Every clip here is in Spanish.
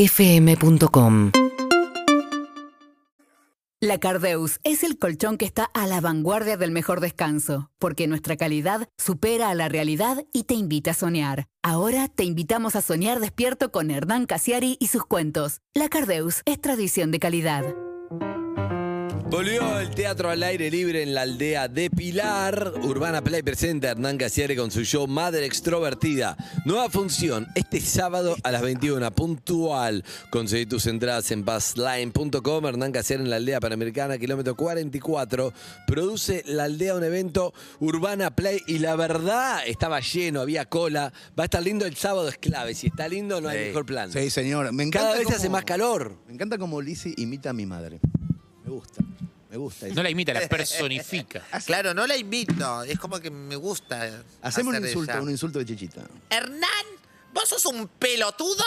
UrbanaPlayFM.com La Cardeus es el colchón que está a la vanguardia del mejor descanso, porque nuestra calidad supera a la realidad y te invita a soñar. Ahora te invitamos a soñar despierto con Hernán Casiari y sus cuentos. La Cardeus es tradición de calidad. Volvió el teatro al aire libre en la aldea de Pilar. Urbana Play presenta a Hernán Casiere con su show Madre Extrovertida. Nueva función este sábado a las 21, puntual. Conseguí tus entradas en busline.com. Hernán Casiere en la aldea panamericana, kilómetro 44. Produce la aldea un evento Urbana Play y la verdad estaba lleno, había cola. Va a estar lindo el sábado, es clave. Si está lindo, no hay mejor plan. Sí, señor. Me encanta Cada vez cómo- hace más calor. Me encanta como Lizzie imita a mi madre. Me gusta. Me gusta. eso. No la imita, la personifica. Claro, no la invito. Es como que me gusta. Hacemos un hacer insulto, ella. un insulto de chichita. Hernán, ¿vos sos un pelotudo?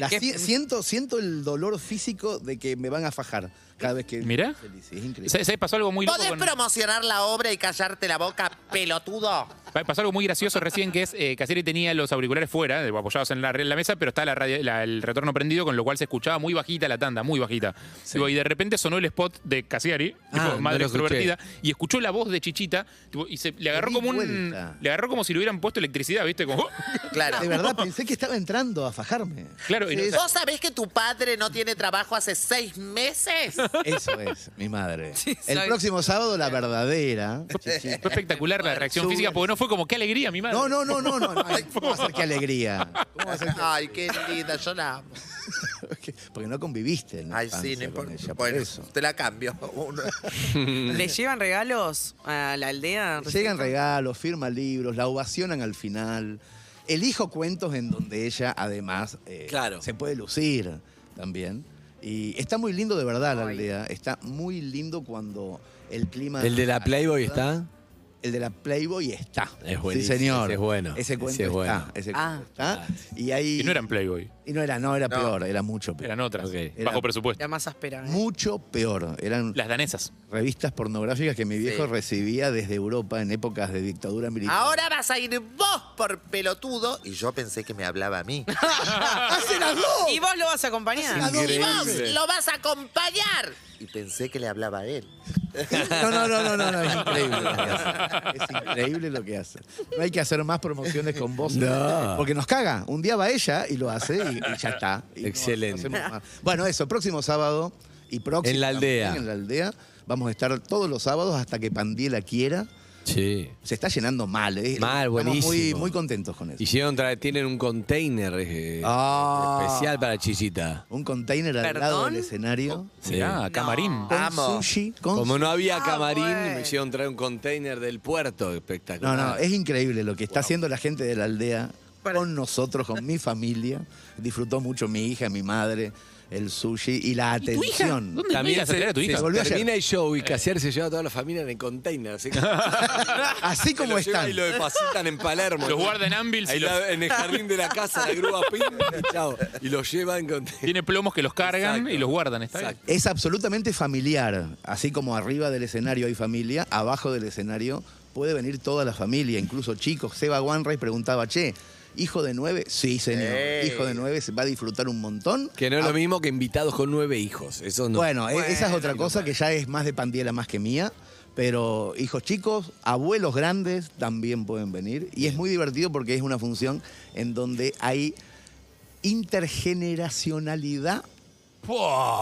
La si- siento, siento el dolor físico de que me van a fajar cada vez que. Mirá. Lizzie, Es increíble. ¿Sabes? sabes? Pasó algo muy loco ¿Podés con- promocionar la obra y callarte la boca, pelotudo? pa- Pasó algo muy gracioso recién que es eh, Casieri tenía los auriculares fuera, de- apoyados en la, en la mesa, pero está la radio- la- el retorno prendido, con lo cual se escuchaba muy bajita la tanda, muy bajita. Digo, y de repente sonó el spot de Casieri, tipo, madre extrovertida, y escuchó la voz de Chichita tipo, y se, le agarró di como un. vuelta. Le agarró como si le hubieran puesto electricidad, ¿viste? Como, Claro. De verdad, pensé que estaba entrando a fajarme. Claro, y no- ¿Vos sabés que tu padre no tiene trabajo hace seis meses? Eso es, mi madre. el soy. próximo sábado, la verdadera. chichita. Fue espectacular la reacción Súper. física, porque no fue como qué alegría, mi madre. No, no, no, no, no. no. Ay, ¿Cómo va a ser qué alegría? ¿Cómo va a ser que- Ay, qué linda, yo la amo. Porque- Porque no conviviste. En la Ay, sí, no infancia con importa. ella, por Bueno, eso. te la cambio. Uno- ¿Le llevan regalos a la aldea? Llegan regalos, firma libros, la ovacionan al final. Elijo cuentos en donde ella, además, eh, Claro. se puede lucir también. Y está muy lindo de verdad la aldea. Está muy lindo cuando el clima... ¿El de la Playboy está? El de la Playboy está. Es buenísimo, Sí, señor. ese es bueno, Ese cuento ese es bueno. está. Ese Ah. cuento está. Y ahí... Y no eran Playboy, Y no era, no, era No. peor. Era mucho peor. eran otras, Ok. Era- bajo presupuesto. La más áspera. ¿eh? Mucho peor. Eran Las danesas. revistas pornográficas que mi viejo Sí. Ah, recibía desde Europa en épocas de dictadura militar. Ahora vas a ir vos por pelotudo. Y yo pensé que me hablaba a mí. ¡Hace las dos! ¿Y vos lo vas a acompañar? Y vos lo vas a acompañar. Y pensé que le hablaba a él. No, no, no, no, no, no, es increíble lo que hace. Es increíble lo que hace. No hay que hacer más promociones con vos. Porque nos caga. Un día va ella y lo hace y, y ya está. Y no- no Excelente. hacemos más. bueno, eso, próximo sábado y próximo. En la aldea. también En la aldea. Vamos a estar todos los sábados hasta que Pandiela quiera. Sí. Se está llenando mal, ¿eh? Mal, Estamos muy, buenísimo. muy contentos con eso. Hicieron tra- tienen un container eh, Ah. especial para Chichita. Un container al lado ¿Perdón? del escenario. Mirá, camarín. Con Amo. sushi. Con Como no había Ah, camarín, bueno. me hicieron traer un container del puerto No, espectacular. no, es increíble lo que está haciendo la gente de la aldea con nosotros, con mi familia. Disfrutó mucho mi hija, mi madre, el sushi y la ¿Y tu hija? atención. ¿Dóny ibas a traer a tu hija? se volvió a termina el show y Casier se lleva a toda la familia en el container. Así, que- Así como lo lleva están. Y lo depositan en Palermo. Los guarda en Anvil, Ahí si los- la- en el jardín de la casa de grúa pin. y chao. Y lo lleva en container. Tiene plomos que los cargan Exacto. y los guardan, ¿está bien? Exacto. Es absolutamente familiar. Así como arriba del escenario hay familia, abajo del escenario puede venir toda la familia, incluso chicos. Seba Wanray preguntaba, che, ¿hijo de nueve? Sí, señor. Ey. Hijo de nueve se va a disfrutar un montón. Que no es lo mismo que invitados con nueve hijos. Eso no. Ah. Bueno, e- esa es otra cosa que ya es más de Pandiela más que mía. Pero hijos chicos, abuelos grandes también pueden venir. Y es muy divertido porque es una función en donde hay intergeneracionalidad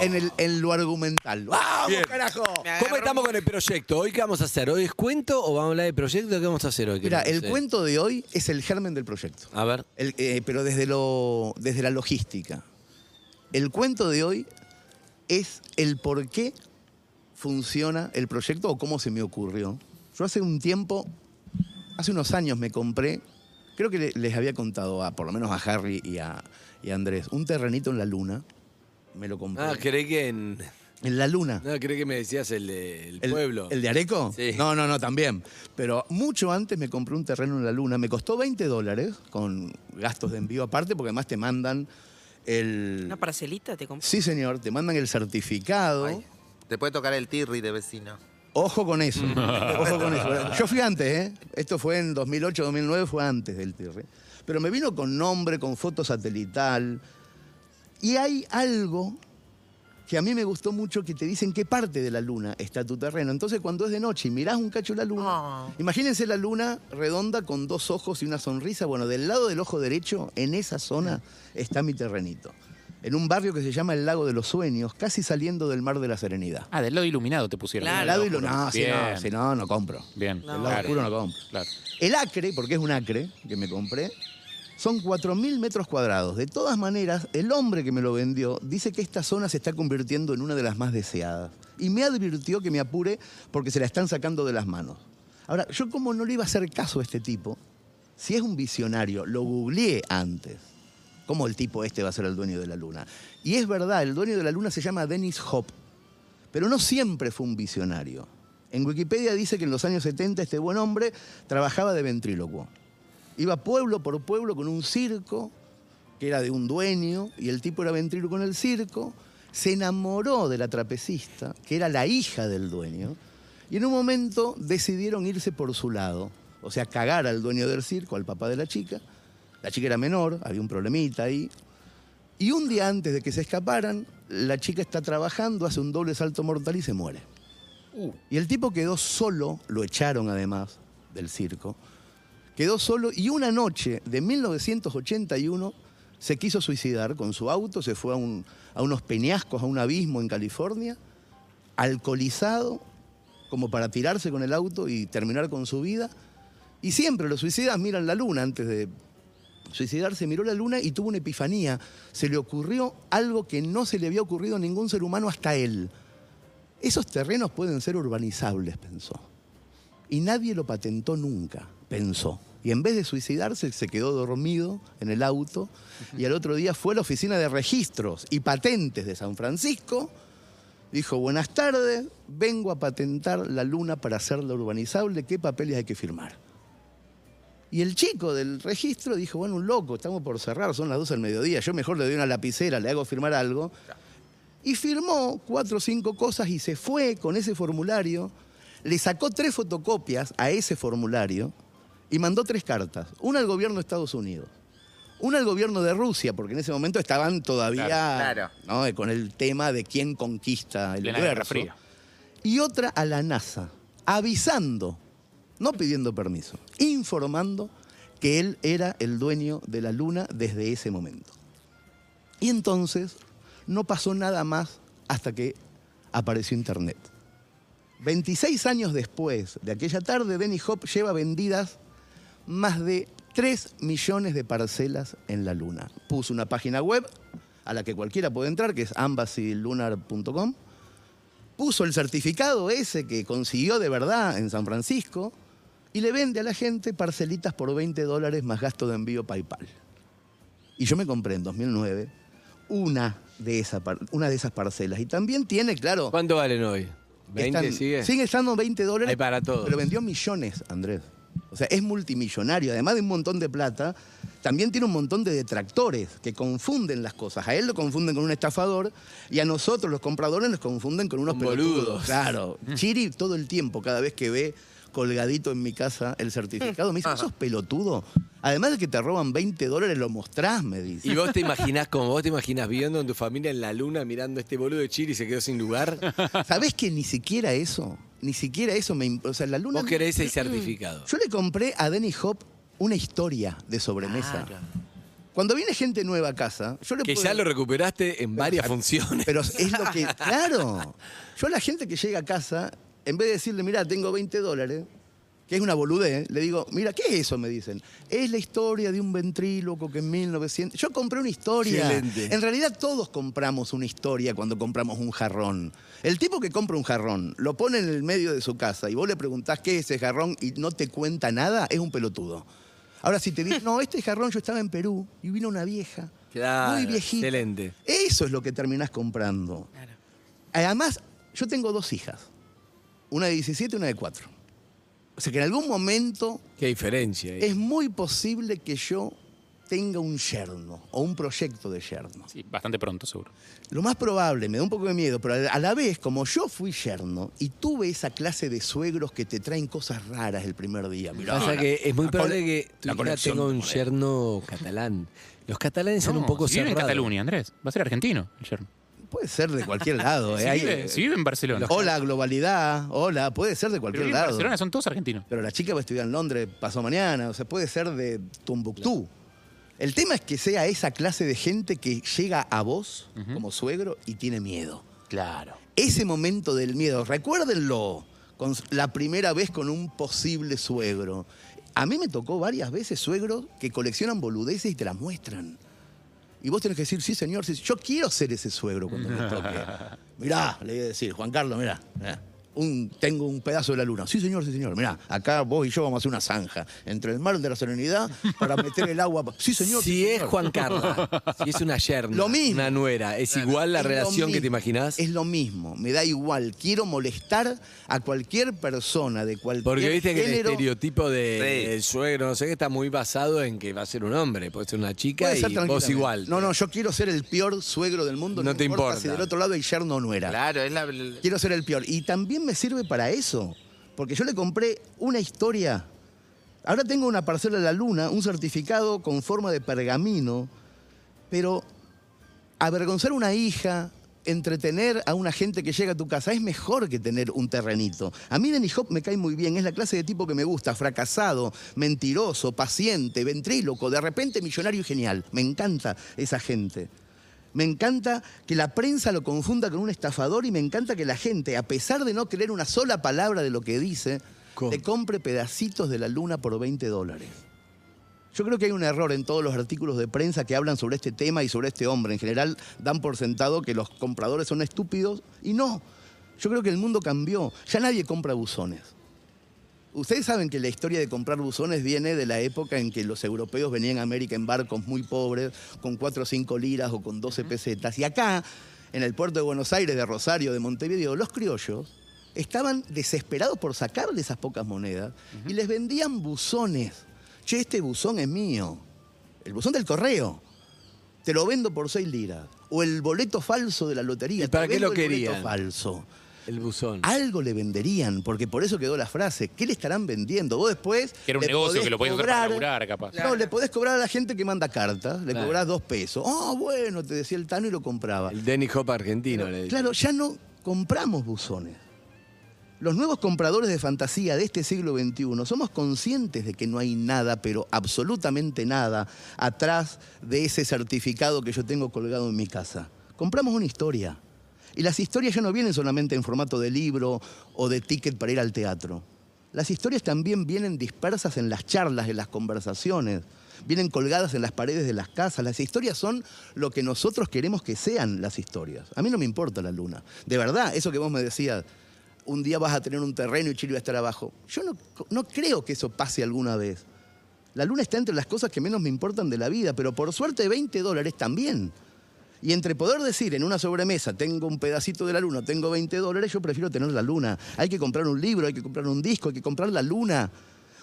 en, el, en lo argumental. ¡Vamos, Bien. carajo! Me agarró ¿Cómo estamos con el proyecto? ¿Hoy qué vamos a hacer? ¿Hoy es cuento o vamos a hablar de proyecto? ¿Qué vamos a hacer hoy? Mira, No el sé. cuento de hoy es el germen del proyecto. A ver. El- eh, pero desde, lo, desde la logística. El cuento de hoy es el por qué funciona el proyecto o cómo se me ocurrió. Yo hace un tiempo, hace unos años me compré, creo que le- les había contado a, por lo menos a Harry y a, y a Andrés, un terrenito en la luna. Me lo compré. Ah, creí que en. En la luna. No, creí que me decías el, de- el pueblo. ¿El de Areco? Sí. No, no, no, también. Pero mucho antes me compré un terreno en la luna. Me costó 20 dólares con gastos de envío aparte, porque además te mandan el. ¿Una parcelita te compré? Sí, señor, te mandan el certificado. Ay, te puede tocar el tirri de vecino. Ojo con eso. Ojo con eso. Yo fui antes, ¿eh? Esto fue en 2008, 2009, fue antes del TIRRE. Pero me vino con nombre, con foto satelital. Y hay algo que a mí me gustó mucho que te dicen qué parte de la luna está tu terreno. Entonces, cuando es de noche y mirás un cacho la luna, Ah. imagínense la luna redonda con dos ojos y una sonrisa. Bueno, del lado del ojo derecho, en esa zona, está mi terrenito. En un barrio que se llama el Lago de los Sueños, casi saliendo del Mar de la Serenidad. Ah, del lado iluminado te pusieron. Claro. Al lado y lo- no, si Bien. no, si no, no compro. Bien. El lado oscuro no compro. Claro. El acre, porque es un acre que me compré, son 4.000 metros cuadrados. De todas maneras, el hombre que me lo vendió dice que esta zona se está convirtiendo en una de las más deseadas. Y me advirtió que me apure porque se la están sacando de las manos. Ahora, yo como no le iba a hacer caso a este tipo, si es un visionario, lo googleé antes. ¿Cómo el tipo este va a ser el dueño de la luna? Y es verdad, el dueño de la luna se llama Dennis Hopp. Pero no siempre fue un visionario. En Wikipedia dice que en los años 70 este buen hombre trabajaba de ventrílocuo. Iba pueblo por pueblo con un circo que era de un dueño y el tipo era ventrílocuo en el circo. Se enamoró de la trapecista, que era la hija del dueño, y en un momento decidieron irse por su lado, o sea, cagar al dueño del circo, al papá de la chica. La chica era menor, había un problemita ahí, y un día antes de que se escaparan, la chica está trabajando, hace un doble salto mortal y se muere. Uh, Y el tipo quedó solo, lo echaron además del circo, quedó solo y una noche de 1981 se quiso suicidar con su auto, se fue a, un- a unos peñascos, a un abismo en California, alcoholizado, como para tirarse con el auto y terminar con su vida. Y siempre los suicidas miran la luna antes de suicidarse, miró la luna y tuvo una epifanía. Se le ocurrió algo que no se le había ocurrido a ningún ser humano hasta él. Esos terrenos pueden ser urbanizables, pensó. Y nadie lo patentó nunca, pensó. Y en vez de suicidarse, se quedó dormido en el auto y al otro día fue a la oficina de registros y patentes de San Francisco. Dijo, buenas tardes, vengo a patentar la luna para hacerla urbanizable, ¿qué papeles hay que firmar? Y el chico del registro dijo, bueno, un loco, estamos por cerrar, son las 12 del mediodía, yo mejor le doy una lapicera, le hago firmar algo. Y firmó cuatro o cinco cosas y se fue con ese formulario, le sacó tres fotocopias a ese formulario y mandó tres cartas, una al gobierno de Estados Unidos. Una al gobierno de Rusia, porque en ese momento estaban todavía Claro, ¿no? Eh, con el tema de quién conquista el Plena Guerra universo Fría. y otra a la NASA, avisando, no pidiendo permiso, informando que él era el dueño de la Luna desde ese momento. Y entonces no pasó nada más hasta que apareció Internet. 26 años después de aquella tarde, Denny Hop lleva vendidas más de 3 millones de parcelas en la Luna. Puso una página web a la que cualquiera puede entrar, que es ambassylunar.com puso el certificado ese que consiguió de verdad en San Francisco y le vende a la gente parcelitas por 20 dólares más gasto de envío PayPal. Y yo me compré en 2009 una de, esa par- una de esas parcelas. Y también tiene, claro, ¿Cuánto valen hoy? ¿20 están- sigue? Sigue estando 20 dólares. Hay para todos. Pero vendió millones, Andrés. O sea, es multimillonario. Además de un montón de plata, también tiene un montón de detractores que confunden las cosas. A él lo confunden con un estafador y a nosotros, los compradores, nos confunden con unos Con pelotudos. boludos. Mm. Claro. Chiri todo el tiempo, cada vez que ve colgadito en mi casa el certificado, me dice, ¿sos pelotudo? Además de que te roban 20 dólares, lo mostrás, me dice. ¿Y vos te imaginás como vos te imaginás viviendo en tu familia en la luna mirando a este boludo de Chile y se quedó sin lugar? ¿Sabés que ni siquiera eso? Ni siquiera eso me... imp- O sea, la luna... Vos querés el certificado. Yo le compré a Denny Hop una historia de sobremesa. Cuando viene gente nueva a casa, yo le Ah, Que puedo- ya lo recuperaste en varias funciones. Pero es lo que. Claro. Yo a la gente que llega a casa, en vez de decirle, mira, tengo 20 dólares, que es una boludez, ¿eh? le digo, mira, ¿qué es eso? Me dicen. Es la historia de un ventríloco que en 1900. Yo compré una historia. Excelente. En realidad, todos compramos una historia cuando compramos un jarrón. El tipo que compra un jarrón, lo pone en el medio de su casa y vos le preguntás qué es ese jarrón y no te cuenta nada, es un pelotudo. Ahora, si te dice, no, este jarrón yo estaba en Perú y vino una vieja. Claro, muy viejita. excelente. Eso es lo que terminás comprando. Además, yo tengo dos hijas. Una de 17 y una de 4. O sea que en algún momento Qué diferencia. eh. ahí. es muy posible que yo tenga un yerno o un proyecto de yerno. Sí, bastante pronto, seguro. Lo más probable, me da un poco de miedo, pero a la vez, como yo fui yerno y tuve esa clase de suegros que te traen cosas raras el primer día. Mirá, Pasa que es muy la probable col- que tu la hija conexión tenga un con él. yerno catalán. Los catalanes son No, un poco si vive en cerrados. Cataluña, Andrés. Va a ser argentino el yerno. puede ser de cualquier lado. Si eh, hay- vive, si vive en Barcelona. hola, globalidad, hola, puede ser de Pero cualquier vive en lado. Barcelona son todos argentinos. Pero la chica va a estudiar en Londres pasó mañana, o sea, puede ser de Tombuctú. El tema es que sea esa clase de gente que llega a vos como suegro y tiene miedo. Claro. Ese momento del miedo, recuérdenlo, con s- la primera vez con un posible suegro. A mí me tocó varias veces suegros que coleccionan boludeces y te las muestran. Y vos tenés que decir, sí, señor, sí, yo quiero ser ese suegro cuando me toque. Mirá, le voy a decir, Juan Carlos, mirá. mirá, un- tengo un pedazo de la luna. Sí, señor, sí, señor. Mirá, acá vos y yo vamos a hacer una zanja entre el mar de la serenidad para meter el agua. pa- Sí, señor. Si sí, es señor". Juan Carlos, si es una yerna, Lo mismo. una nuera, ¿es igual la Es lo relación que mismo, te imaginás? Es lo mismo, me da igual. Quiero molestar a cualquier persona de cualquier Porque viste que el género. estereotipo de- Sí. del suegro, no sé qué, está muy basado en que va a ser un hombre, puede ser una chica Puede y ser vos tranquilamente. igual. No, no, yo quiero ser el peor suegro del mundo. No te importa. Si del otro lado hay yerno o nuera. Claro, es la. la- Quiero ser el peor. Y también me sirve para eso. Porque yo le compré una historia. Ahora tengo una parcela de la luna, un certificado con forma de pergamino. Pero avergonzar a una hija, entretener a una gente que llega a tu casa, es mejor que tener un terrenito. A mí Denny Hop me cae muy bien, es la clase de tipo que me gusta, fracasado, mentiroso, paciente, ventríloco, de repente millonario y genial. Me encanta esa gente. Me encanta que la prensa lo confunda con un estafador y me encanta que la gente, a pesar de no creer una sola palabra de lo que dice, ¿Cómo? te compre pedacitos de la luna por 20 dólares. Yo creo que hay un error en todos los artículos de prensa que hablan sobre este tema y sobre este hombre. En general dan por sentado que los compradores son estúpidos y no. Yo creo que el mundo cambió. Ya nadie compra buzones. Ustedes saben que la historia de comprar buzones viene de la época en que los europeos venían a América en barcos muy pobres, con 4 o 5 liras o con 12 pesetas. Y acá, en el puerto de Buenos Aires, de Rosario, de Montevideo, los criollos estaban desesperados por sacarle esas pocas monedas y les vendían buzones. Che, este buzón es mío. El buzón del correo. Te lo vendo por 6 liras. O el boleto falso de la lotería. ¿Y para Te qué lo vendo el boleto querían? falso. El Mm. buzón. Algo le venderían, porque por eso quedó la frase. ¿Qué le estarán vendiendo? Vos después. Que era un le negocio podés que lo podías usar para laburar, capaz. No, le podés cobrar a la gente que manda cartas, le Claro. cobrás dos pesos. Oh, bueno, te decía el Tano y lo compraba. El Denny Hop argentino. le dicen. Claro, ya no compramos buzones. Los nuevos compradores de fantasía de este siglo XXI somos conscientes de que no hay nada, pero absolutamente nada, atrás de ese certificado que yo tengo colgado en mi casa. Compramos una historia. Y las historias ya no vienen solamente en formato de libro o de ticket para ir al teatro. Las historias también vienen dispersas en las charlas, en las conversaciones, vienen colgadas en las paredes de las casas. Las historias son lo que nosotros queremos que sean las historias. A mí no me importa la luna. De verdad, eso que vos me decías, un día vas a tener un terreno y Chile va a estar abajo. Yo no, no creo que eso pase alguna vez. La luna está entre las cosas que menos me importan de la vida, pero por suerte 20 dólares también. Y entre poder decir en una sobremesa, tengo un pedacito de la luna, tengo 20 dólares, yo prefiero tener la luna. Hay que comprar un libro, hay que comprar un disco, hay que comprar la luna.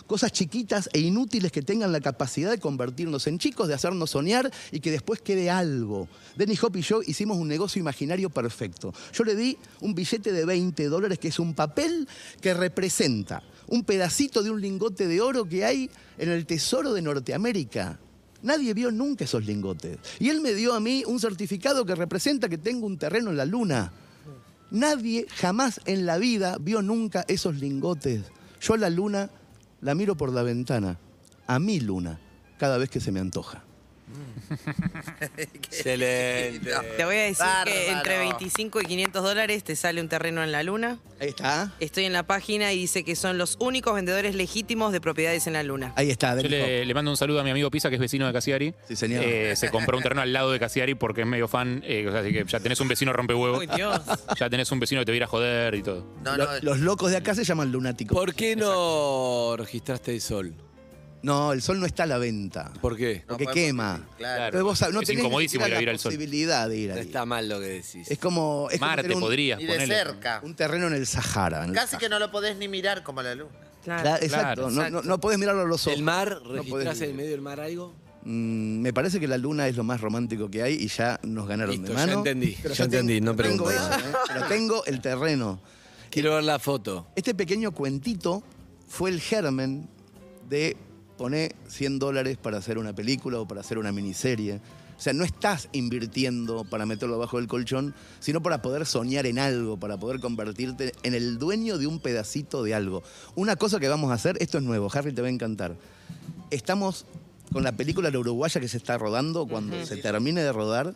Cosas chiquitas e inútiles que tengan la capacidad de convertirnos en chicos, de hacernos soñar y que después quede algo. Denny Hop y yo hicimos un negocio imaginario perfecto. Yo le di un billete de 20 dólares que es un papel que representa un pedacito de un lingote de oro que hay en el tesoro de Norteamérica. Nadie vio nunca esos lingotes. Y él me dio a mí un certificado que representa que tengo un terreno en la luna. Nadie jamás en la vida vio nunca esos lingotes. Yo a la luna la miro por la ventana, a mi luna, cada vez que se me antoja. Excelente. Te voy a decir que Bárbaro. entre 25 y 500 dólares te sale un terreno en la luna. Ahí está. Estoy en la página y dice que son los únicos vendedores legítimos de propiedades en la luna. Ahí está. Yo Dennis Hopper. le, le mando un saludo a mi amigo Pisa, que es vecino de Casiari. Sí, señor. Eh, se compró un terreno al lado de Casiari porque es medio fan. eh, o sea, así que ya tenés un vecino rompehuevo. Uy, Dios. Ya tenés un vecino que te va a ir a joder y todo. No, Lo- no. los locos de acá se llaman lunáticos. ¿Por qué no registraste el sol? No, el sol no está a la venta. ¿Por qué? no porque podemos- quema. Claro. Pero vos sab- no Es tenés ni incomodísimo siquiera ir a vivir la al sol. posibilidad de ir ahí. Está mal lo que decís. Es como. es como Marte tener un, podrías Y de ponerle. cerca. un terreno en el Sahara. en el Casi que no Sahara. lo podés ni mirar como la luna. Claro. Claro, exacto. Claro, no- No, exacto. no podés mirarlo a los ojos. ¿El mar? No podés ¿Registrás en vivir. medio del mar algo? Mm, me parece que la luna es lo más romántico que hay y ya nos ganaron Listo, de ya mano. entendí, Pero ya entendí, no tengo pregunto eso, ¿eh? Pero tengo el terreno. Quiero ver la foto. Este pequeño cuentito fue el germen de poner 100 dólares para hacer una película o para hacer una miniserie. O sea, no estás invirtiendo para meterlo abajo del colchón, sino para poder soñar en algo, para poder convertirte en el dueño de un pedacito de algo. Una cosa que vamos a hacer, esto es nuevo, Harry te va a encantar. Estamos con la película La Uruguaya que se está rodando, cuando se termine de rodar,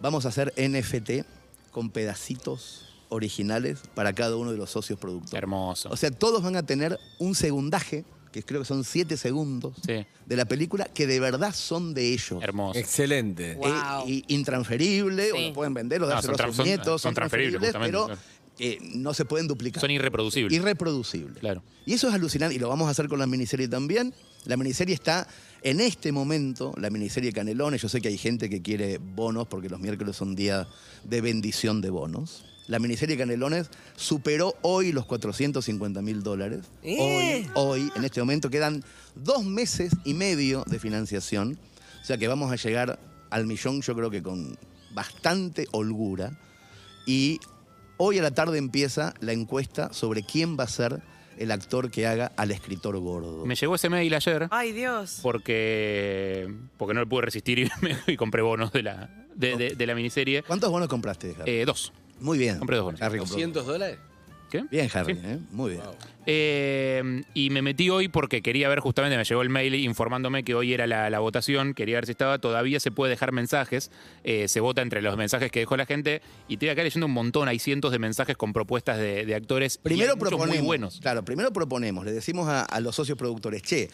vamos a hacer NFT con pedacitos originales para cada uno de los socios productores. Hermoso. O sea, todos van a tener un segundaje, que creo que son siete segundos, Sí. de la película que de verdad son de ellos. Hermoso. Excelente. Guau. Wow. Eh, y intransferible, o Sí. lo pueden vender, o No, dárselo son a tran- sus son- nietos. son transferibles, pero justamente, eh, no se pueden duplicar. Son irreproducibles. Irreproducibles. Claro. Y eso es alucinante, y lo vamos a hacer con la miniserie también. La miniserie está en este momento, la miniserie Canelones. Yo sé que hay gente que quiere bonos porque los miércoles son día de bendición de bonos. La miniserie Canelones superó hoy los 450 mil dólares. ¡Eh! Hoy, hoy, en este momento, quedan dos meses y medio de financiación. O sea que vamos a llegar al millón, yo creo que con bastante holgura. Y hoy a la tarde empieza la encuesta sobre quién va a ser el actor que haga al escritor gordo. Me llegó ese mail ayer Ah. Ay, Dios. porque, porque no le pude resistir y, me- y compré bonos de la, de, de- de la miniserie. ¿Cuántos bonos compraste, Harry? Eh, dos. Muy bien. compré dos bonos. Harry compró. 200 dólares. ¿Qué? Bien, Harry, Sí. ¿eh? muy bien. Eh, y me metí hoy porque quería ver, justamente me llegó el mail informándome que hoy era la, la votación, quería ver si estaba, todavía se puede dejar mensajes, eh, se vota entre los mensajes que dejó la gente y estoy acá leyendo un montón, hay cientos de mensajes con propuestas de, de actores y Primero hay muchos proponemos. muy buenos. Claro, primero proponemos, le decimos a, a los socios productores, che,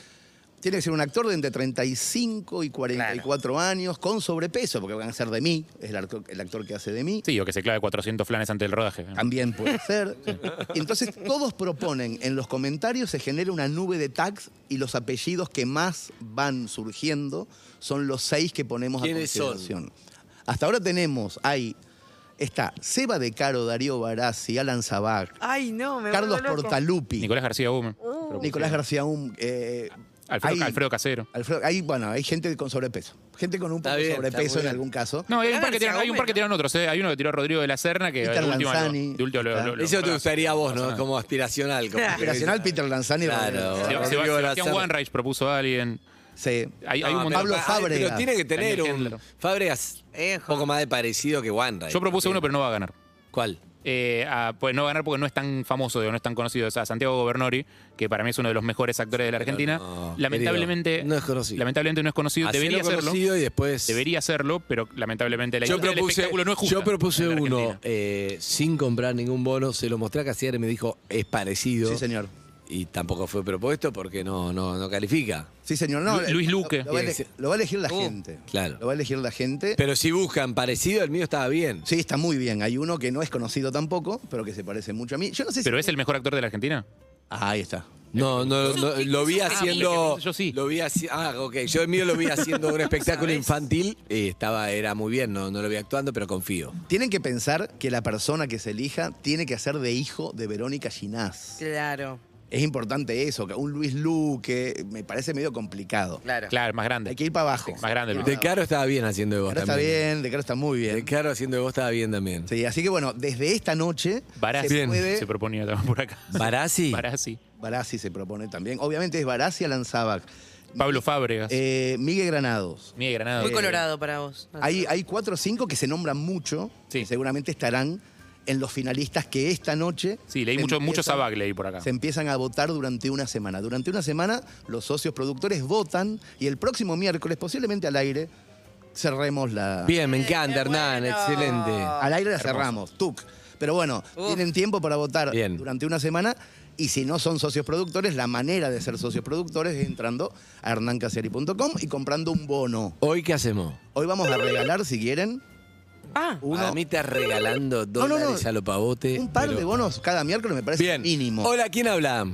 tiene que ser un actor de entre 35 y 44 años, con sobrepeso, porque van a ser de mí, es el, arco- el actor que hace de mí. Sí, o que se clave 400 flanes antes del rodaje. También puede ser. Y entonces todos proponen, en los comentarios se genera una nube de tags y los apellidos que más van surgiendo son los seis que ponemos a ¿Quiénes son? consideración. Hasta ahora tenemos, hay, está Seba de Caro, Darío Barassi, Alan Sabag, Ay, no, me Carlos vuelvo loco. Portalupi, Nicolás, Nicolás García Gómez. Uh. García Um, eh, Alfredo, hay- Alfredo Casero. Alfredo- hay, bueno, hay gente con sobrepeso. Gente con un Está poco bien, de está sobrepeso muy en bien. algún caso. No, hay un par que García tiraron, hay un par que Gómez, tiraron otros, ¿eh? hay uno que tiró Rodrigo de la Serna que Peter de última lo- Lanzani. de última lo- Está. lo- lo- Eso te gustaría a vos, ¿no? Claro. Como aspiracional. como- Operacional Peter Lanzani. Claro. Seb- Rodrigo Seb- de la Sebastián Serna. Wanreich propuso a alguien. Sí. Hay, hay No, un montón. pero- Pablo ah, Fábrega. Pero tiene que tener Daniel un. Hendler. Fábrega es un Ejo. poco más de parecido que Wanda. Yo propuse uno, pero no va a ganar. ¿Cuál? Eh, ah, pues no va a ganar porque no es tan famoso, digo, no es tan conocido. O sea, Santiago Gobernori, que para mí es uno de los mejores actores de la Pero Argentina, no, lamentablemente querido, no es conocido. Lamentablemente no es conocido. Hacelo debería serlo. conocido y después. Debería serlo, pero lamentablemente la yo industria del propuse, espectáculo no es justa yo propuse en la uno Argentina. eh, sin comprar ningún bono. Se lo mostré a Casier y me dijo, es parecido. Sí, señor. Y tampoco fue propuesto porque no, no, no califica. Sí, señor. No, Lu- Luis lo- Luque. Lo, va a ele- lo va a elegir la Uh, gente. claro. Lo va a elegir la gente. Pero si buscan parecido, el mío estaba bien. sí, está muy bien. Hay uno que no es conocido tampoco, pero que se parece mucho a mí. Yo no sé si. Pero es el mejor actor de la Argentina. Ah, ahí está. No, no, no, lo vi Ah, haciendo. yo sí. Lo vi haci- ah, ok. Yo el mío lo vi haciendo un espectáculo infantil. y estaba, era muy bien, no, no lo vi actuando, pero confío. Tienen que pensar que la persona que se elija tiene que hacer de hijo de Verónica Ginás. Claro, Es importante eso, que un Luis Luque me parece medio complicado. claro. Claro, más grande. Hay que ir para abajo. Más grande, Luis. De Caro estaba bien haciendo de vos Ahora está también. bien, de cara está muy De bien. Caro haciendo de vos estaba bien también. Sí, así que bueno, desde esta noche Barassi se se, puede. proponía también por acá. Barassi. Barassi. Barassi se propone también. Obviamente es Barassi Alanzabac. Pablo Fábregas. Eh, Miguel Granados. Miguel Granado. eh, Muy colorado para vos. Hay, hay cuatro o cinco que se nombran mucho, Sí. que seguramente estarán en los finalistas que esta noche. Sí, leí se mucho, mucho empiezan- Sabag leí por acá. Se empiezan a votar durante una semana. Durante una semana, los socios productores votan y el próximo miércoles, posiblemente al aire, cerremos la. Bien, me encanta, Qué Hernán, bueno. excelente. Al aire la cerramos, tuc. Pero bueno, Uf. tienen tiempo para votar Bien. durante una semana. Y si no son socios productores, la manera de ser socios productores es entrando a hernancasiari.com y comprando un bono. ¿Hoy qué hacemos? Hoy vamos a regalar, si quieren, Ah, Uno, uno, a mí estás regalando No, no, no. dólares a lo pavote. un par pero- de bonos cada miércoles, me parece Bien. mínimo. Hola, ¿quién habla?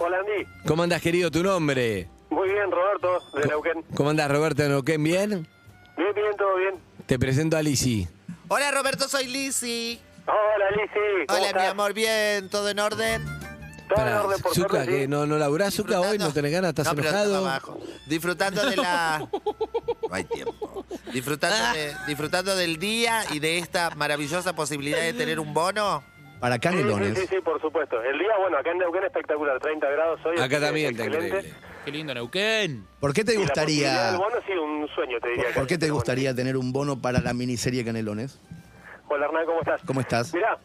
Hola Andy, ¿Cómo andás, querido? ¿Tu nombre? muy bien Roberto de Neuquén. ¿Cómo andás, Roberto de Neuquén? ¿Bien? Bien, bien, todo bien. Te presento a Lisi. Hola Roberto, soy Lizzy. Hola Lizzy, ¿cómo Hola mi estás? amor, bien, ¿todo en orden? Todo Pará, en orden por Zucca, suerte, que sí. no, no laburás, Zucca, hoy no Disfrutando- tenés ganas, estás No, pero enojado. estaba abajo. Disfrutando de la. No hay tiempo. Disfrutando, de- disfrutando del día y de esta maravillosa posibilidad de tener un bono. Para Sí, sí, canelones. sí, sí, por supuesto. El día, bueno, acá en Neuquén espectacular, 30 grados hoy. así Acá que también está excelente. increíble. Qué lindo Neuquén. ¿Por qué te Y la posibilidad gustaría, del bono, sí, un sueño, te diría. este por, por qué casi, te pero bueno. gustaría tener un bono para la miniserie Canelones? Hola Hernán, ¿cómo estás? ¿Cómo estás? Mirá,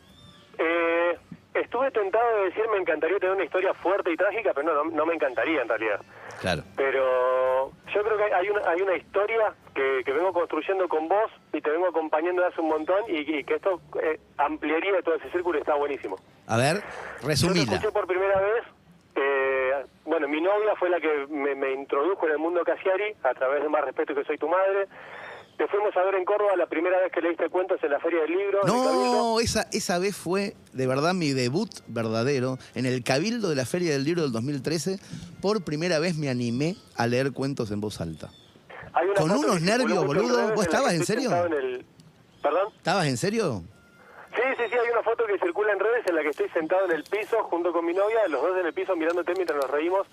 eh, estuve tentado de decir me encantaría tener una historia fuerte y trágica, pero no, no, no me encantaría en realidad. Claro. Pero yo creo que hay- hay una, hay una historia que, que vengo construyendo con vos y te vengo acompañando de hace un montón y, y que esto eh, ampliaría todo ese círculo y está buenísimo. A ver, Yo te resumila. escuché por primera vez. eh, bueno, mi novia fue la que me, me introdujo en el mundo Casiari a través de Más Respeto que Soy Tu Madre. Te fuimos a ver en Córdoba la primera vez que leíste cuentos en la Feria del Libro. en el Cabildo. No, esa, esa vez fue de verdad mi debut verdadero en el Cabildo de la Feria del Libro del 2013. Por primera vez me animé a leer cuentos en voz alta. Hay una Con foto que unos circuló nervios, mucho en boludo. redes ¿Vos en la estabas, que en estoy serio? sentado en el- ¿Perdón? ¿Estabas en serio? Sí, sí, sí, hay una foto que circula en redes en la que estoy sentado en el piso junto con mi novia, los dos en el piso mirándote mientras nos reímos.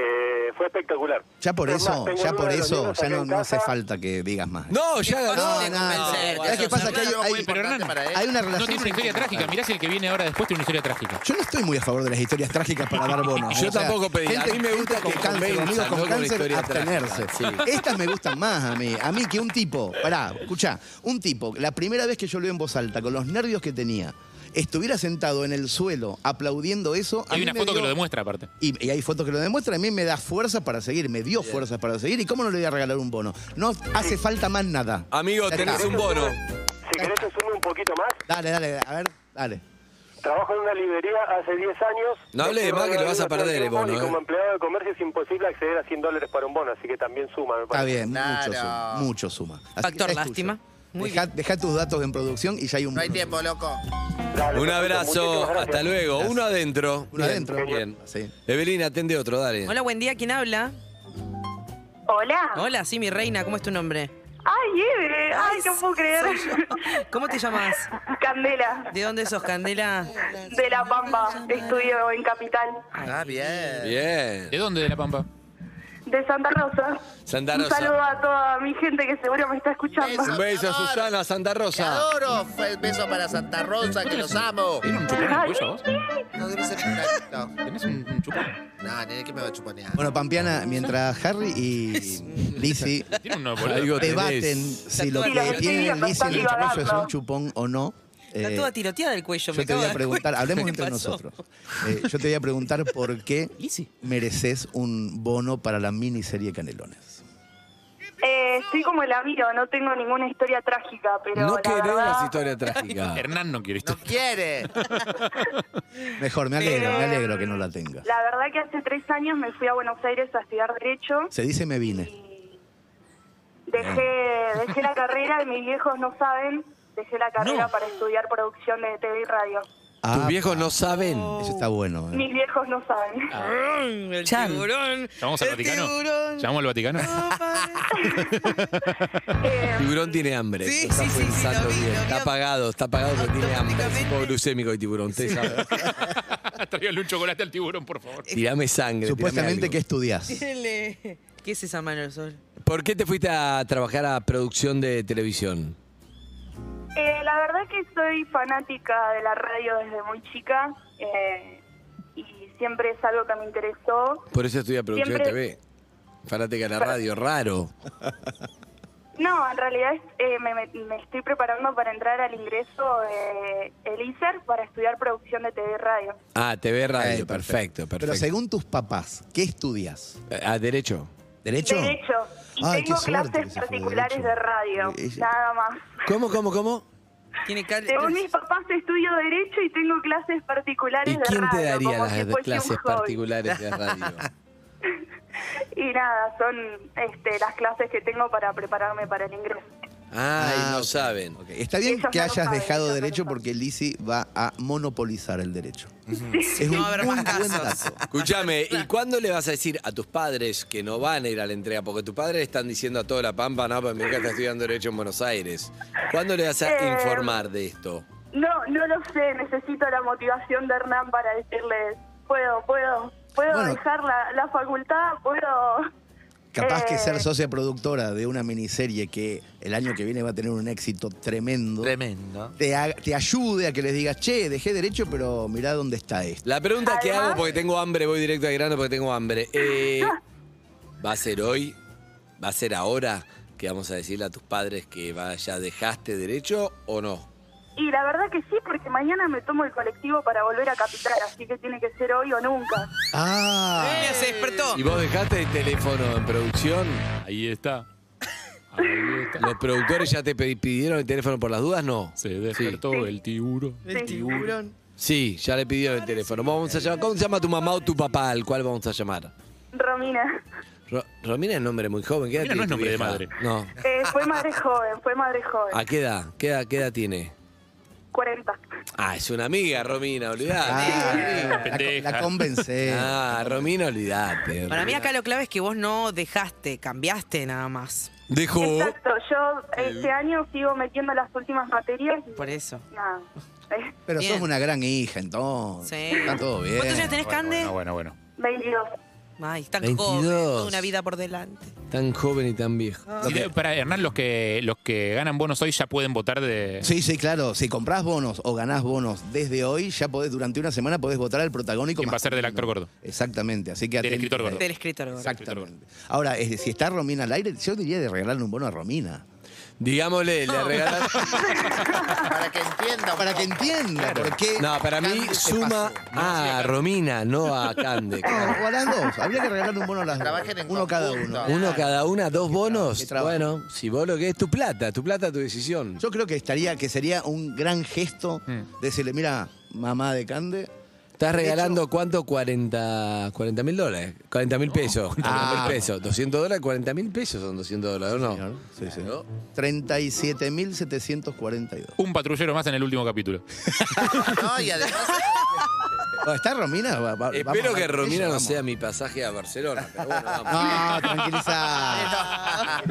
Eh, fue espectacular. Ya por Es más, eso, tengo ya uno por de los eso, libros ya acá no, en no hace casa. falta que digas más. No, ya ganó. no, Fácil de no, convencerte, ¿sabes qué eso, pasa? Que hay- Fernando, hay- muy importante para él. Hay una No relación. tiene una historia trágica. Mirá si el que viene ahora después tiene una historia trágica. Yo no estoy muy a favor de las historias trágicas para dar bonos. Yo tampoco pedí. A mí me gusta gente con que cáncer, convenzan, amigos no con con cáncer, historias abstenerse. trágicas, Estas me gustan más a mí. A mí que un tipo, pará, escuchá, un tipo, la primera vez que yo leo en voz alta, con los nervios que tenía, estuviera sentado en el suelo aplaudiendo eso. a Hay mí una me foto que dio- lo demuestra aparte. Y, y hay fotos que lo demuestran. A mí me da fuerzas para seguir, me dio fuerzas para seguir. ¿Y cómo no le voy a regalar un bono? No hace falta más nada. Amigo, Ya tenés está. un bono. Si querés, te sumo un poquito más. Dale, dale, a ver, dale. Trabajo en una librería hace 10 años. No hables de más que lo vas a perder, el bono, Y eh. como empleado de comercio es imposible acceder a 100 dólares para un bono, así que también suma, me Está parece. bien, mucho Claro. suma. Mucho suma. Así que Factor es tuyo. lástima. Muy Dejá, dejá tus datos en producción y ya hay un. No hay tiempo, loco. Dale, Un perfecto. abrazo, Muchísimas hasta gracias. luego. Uno adentro. Uno Bien, adentro. Bien. Sí. Evelyn, atende otro, dale. Hola, buen día. ¿Quién habla? Hola. Hola, sí, mi reina. ¿Cómo es tu nombre? Ay, Eve. Ay, no puedo creer. soy yo. ¿Cómo te llamas? Candela, ¿De dónde sos, Candela? de La Pampa. Estudio en Capital. Ah, bien. Bien. ¿De dónde de La Pampa? De Santa Rosa. Santa Un Rosa. saludo a toda mi gente que seguro me está escuchando. Un beso a Susana Santa Te Rosa. adoro. Un beso para Santa Rosa, que los amo. ¿Tenés un chupón en el cuello a vos? No debe ser un No, ¿Tenés un, un chupón? no nene, ¿qué me va a chuponear? Bueno, Pampiana, mientras Harry y Lizzie Tiene uno, Algo boludo. tenés. debaten si lo toda que tiroteada. tiene Lizzie en el Está cuello es divagando. un chupón o no. Está eh, toda tiroteada el cuello. me yo te acabo voy de a dar preguntar, cuenta. hablemos ¿Qué entre pasó? nosotros. Eh, yo te voy a preguntar por qué mereces un bono para la miniserie Canelones. Eh, estoy como el amigo, no tengo ninguna historia trágica, pero No la querés verdad, las historias trágicas. Hernán no quiere esto. No quiere. Mejor, me alegro, me alegro que no la tengas. La verdad que hace tres años me fui a Buenos Aires a estudiar Derecho. Se dice me vine. y Dejé, dejé la carrera, y mis viejos no saben. Dejé la carrera No. para estudiar producción de TV y radio. Tus Ah, viejos no saben. Eso está bueno. eh. Mis viejos no saben. Ah. Ay, El tiburón. ¿Llamamos al el Vaticano? tiburón. ¿Llamamos al Vaticano? Eh, Tiburón tiene hambre. Sí, Lo está sí, sí, sí, lo pensando vi, bien. lo vi. Está apagado, está apagado porque tiene hambre. Es un poco glucémico el tiburón. Usted sabe. Tráigale un chocolate al tiburón, por favor. Tirame sangre. tirame Supuestamente algo. que estudias. Dele. ¿Qué es esa mano al sol? ¿Por qué te fuiste a trabajar a producción de televisión? Eh, la verdad que soy fanática de la radio desde muy chica eh, y siempre es algo que me interesó. Por eso estudia producción Siempre- de TV. Fanática de la radio, raro. No, en realidad es- eh, me, me- me estoy preparando para entrar al ingreso de el ISER para estudiar producción de TV y radio. Ah, TV radio, Eh, perfecto, Pero perfecto. según tus papás, ¿qué estudias? ¿A derecho? ¿Derecho? Derecho. Y Ay, tengo qué suerte que clases se fue de particulares derecho. de radio, Eh, ella- nada más. ¿Cómo, cómo, cómo? Tiene cal- Según mis papás estudio derecho y tengo clases particulares ¿Y de quién te radio, daría como las si de- fuese un clases hobby. particulares de radio? Y nada, son este, las clases que tengo para prepararme para el ingreso. Ay, Ah, no ok, saben. ok. Está bien Ellos no que lo hayas saben, dejado ellos no lo derecho saben. porque Lisi va a monopolizar el derecho. Es No un va a haber muy más buen casos. dato. Escúchame, ¿y cuándo le vas a decir a tus padres que no van a ir a la entrega? Porque tus padres le están diciendo a toda la pampa, no, pues mi hija está estudiando Derecho en Buenos Aires. ¿Cuándo le vas a Eh, informar de esto? No, no lo sé, necesito la motivación de Hernán para decirles puedo, puedo, puedo Bueno. dejar la, la facultad, puedo... Capaz que eh, ser socia productora de una miniserie que el año que viene va a tener un éxito tremendo, Tremendo. te, ha- te ayude a que les digas, che, dejé derecho, pero mirá dónde está esto. La pregunta que Además- hago, porque tengo hambre, voy directo al grano porque tengo hambre. Eh, ¿Va a ser hoy? ¿Va a ser ahora que vamos a decirle a tus padres que va- ya dejaste derecho o no? Y la verdad que sí, porque mañana me tomo el colectivo para volver a Capital, así que tiene que ser hoy o nunca. Ah, Mira, se despertó. ¿Y vos dejaste el teléfono en producción? Ahí está. Ahí está. ¿Los productores ya te pedi- pidieron el teléfono por las dudas? No. Se despertó el tiburón. Sí. Sí, ya le pidieron el teléfono. Vamos a llamar. ¿Cómo se llama tu mamá o tu papá? ¿Al cual vamos a llamar? Romina, Ro- Romina es nombre muy joven. ¿Qué edad Romina no es tiene tu nombre de vieja? madre. No. eh, fue madre joven, fue madre ¿A joven. qué edad? ¿Qué edad, qué edad tiene? 40. Ah, es una amiga, Romina, olvidate. ah, la, Pendeja. la convencé. Ah, Romina, olvidate. Para mí acá lo clave es que vos no dejaste, cambiaste nada más. Dejó. Exacto, yo este año sigo metiendo las últimas materias y Por eso. nada. Eh, Pero Bien. sos una gran hija, entonces. Sí. Está todo bien. ¿Cuántos años tenés, Cande? Bueno, bueno, bueno. 22. Ay, tan 22. joven, toda una vida por delante. Tan joven y tan viejo. Ah. Sí, de- Para Hernán, los que, los que ganan bonos hoy ya pueden votar de. Sí, sí, claro. Si comprás bonos o ganás bonos desde hoy, ya podés, durante una semana podés votar al protagónico. ¿Quién va a ser del masculino. actor gordo? Exactamente. Así que Del atentos escritor ahí. gordo. Del escritor. gordo. Exactamente. Ahora, es- si está Romina al aire, yo diría de regalarle un bono a Romina. Digámosle, le regalas. Para que entienda. un Para que poco. entienda por qué. No, para mí Cande se suma pasó. a Romina, no a Cande. No, o a las dos. Habría que regalarle un bono a las dos. Trabajen en Uno cada conjunto. uno. Uno cada una, dos qué bonos. trabajo. Bueno, si vos lo que es tu plata, tu plata, tu decisión. Yo creo que estaría, que sería un gran gesto Mm. decirle, mira, mamá de Cande. Estás regalando cuánto? 40 mil dólares. 40 mil pesos. 40 Ah. mil pesos. 200 dólares, 40 mil pesos son 200 dólares, ¿o señor. no? Sí, sí. Claro. 37.742. Un patrullero más en el último capítulo. No, y además. Oh, ¿Está Romina? Va- va- vamos a Espero hablar que con Romina ella, no vamos. sea mi pasaje a Barcelona. Pero bueno, vamos. No, tranquiliza.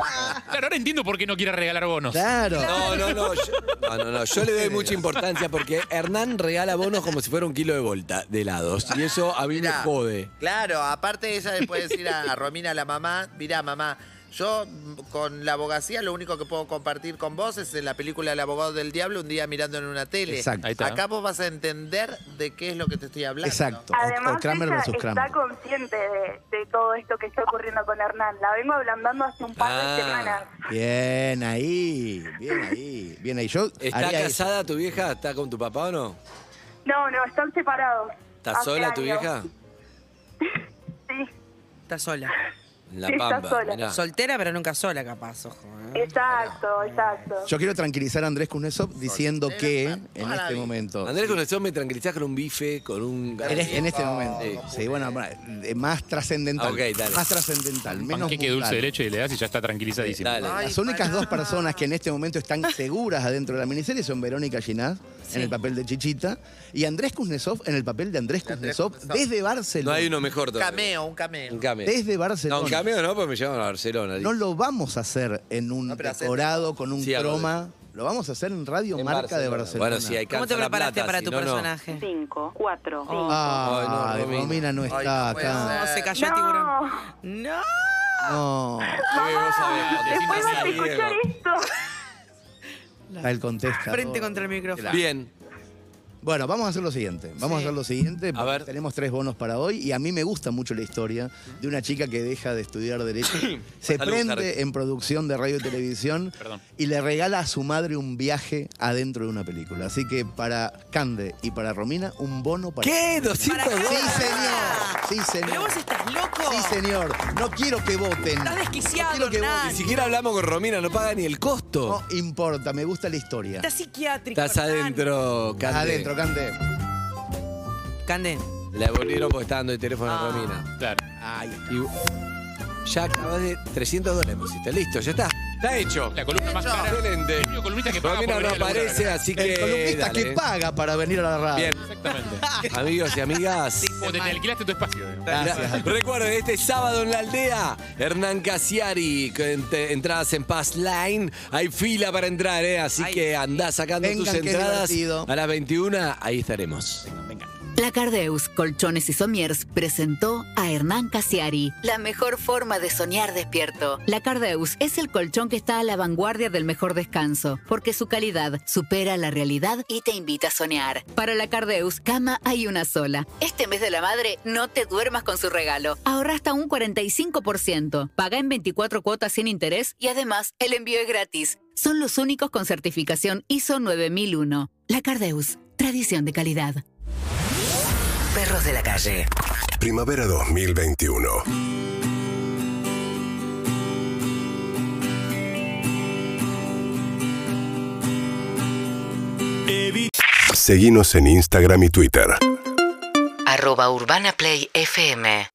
Claro, ahora entiendo por qué no quiere regalar bonos. Claro. No, no, no. Yo, no, no, no, Yo le doy mucha importancia porque Hernán regala bonos como si fuera un kilo de volta de helados. Y eso a mí me Mirá, jode. Claro, aparte ella le puede decir a, a Romina, la mamá, mirá mamá, yo mm, con la abogacía lo único que puedo compartir con vos es en la película El abogado del diablo, un día mirando en una tele. Exacto. Ahí está. Acá vos vas a entender de qué es lo que te estoy hablando. Exacto. O- O, Además, Kramer ella versus Kramer. está consciente de, de todo esto que está ocurriendo con Hernán. La vengo ablandando hace un par Ah. de semanas. Bien ahí, bien ahí, bien ahí. Yo ¿Está haría eso. casada tu vieja? ¿Está con tu papá o no? No, no, están separados. ¿Está Hace sola tu años. vieja? Sí, Está sola. En la Sí, está pampa. sola. mirá. Soltera, pero nunca sola, capaz, ojo. ¿eh? exacto, exacto. Yo quiero tranquilizar a Andrés Kuznetsov diciendo que en Toda la este vida. momento. Andrés con eso me tranquilizás con un bife, con un... En este, en este momento. Sí. Sí, bueno, bueno, eh, más trascendental. Ah, ok, dale. Más trascendental, menos. Panqueque de dulce brutal. de leche y le das y ya está tranquilizadísimo. Dale. Las únicas dos personas que en este momento están seguras adentro de la miniserie son Verónica Ginás en el papel de Chichita y Andrés Kuznetsov en el papel de Andrés Kuznetsov desde No Barcelona. hay uno mejor Un todavía. cameo, un cameo. Un cameo. Desde No, Barcelona. un cameo no, porque me llevan a Barcelona. No lo vamos a hacer en un No, pero hacete. decorado con un Sí, hago croma. Lo vamos a hacer en Radio En Marca de Barcelona. Barcelona. Bueno, sí, hay ¿Cómo te preparaste para tu personaje? Cinco, cuatro, Ah, Ay, no, Romina. Romina no Ay, está no puede acá. No, ser. se cayó el No. tiburón. No. No, Ah, Después vas a escuchar esto. está el contestador. Frente contra el micrófono. Bien. Bueno, vamos a hacer lo siguiente. Vamos a hacer lo siguiente. A ver. Tenemos tres bonos para hoy y a mí me gusta mucho la historia de una chica que deja de estudiar Derecho, se Salud, Harry. prende en producción de radio y televisión Perdón. y le regala a su madre un viaje adentro de una película. Así que para Cande y para Romina, un bono para... ¿Qué? Para- ¿200 Sí, dólares? señor. Sí, Pero señor. vos estás loco. Sí, señor. No quiero que voten. Estás desquiciado, No quiero que Hernán. Ni siquiera hablamos con Romina, no paga ni el costo. No importa, me gusta la historia. Estás psiquiátrico. Estás Hernán. adentro, Cande. Adentro, Cande. Cande. La volvieron porque está dando el teléfono Ah, a Romina. Claro. Ay, Y ya acabas de 300 dólares pusiste. Listo, ya está. Está hecho. La columna más cara. Excelente. El único columnista que paga Romina por no venir a laburar aparece, acá. así que. el columnista dale. que paga para venir a la radio. Bien, Exactamente. amigos y amigas. O te, te alquilaste tu espacio. digamos. Recuerden, este sábado en la aldea, Hernán Casiari, que ent- entradas en Pass Line. Hay fila para entrar, ¿eh? así Ay, que andá sacando Vengan, tus qué entradas. divertido. A las 21, ahí estaremos. La Cardeus, Colchones y Somiers presentó a Hernán Casiari. La mejor forma de soñar despierto. La Cardeus es el colchón que está a la vanguardia del mejor descanso, porque su calidad supera la realidad y te invita a soñar. Para la Cardeus, cama hay una sola. Este mes de la madre, no te duermas con su regalo. Ahorra hasta un 45%. Paga en 24 cuotas sin interés y además el envío es gratis. Son los únicos con certificación ISO 9001. La Cardeus, tradición de calidad. Perros de la calle. Primavera 2021. Seguimos en Instagram y Twitter. Arroba Urbana Play FM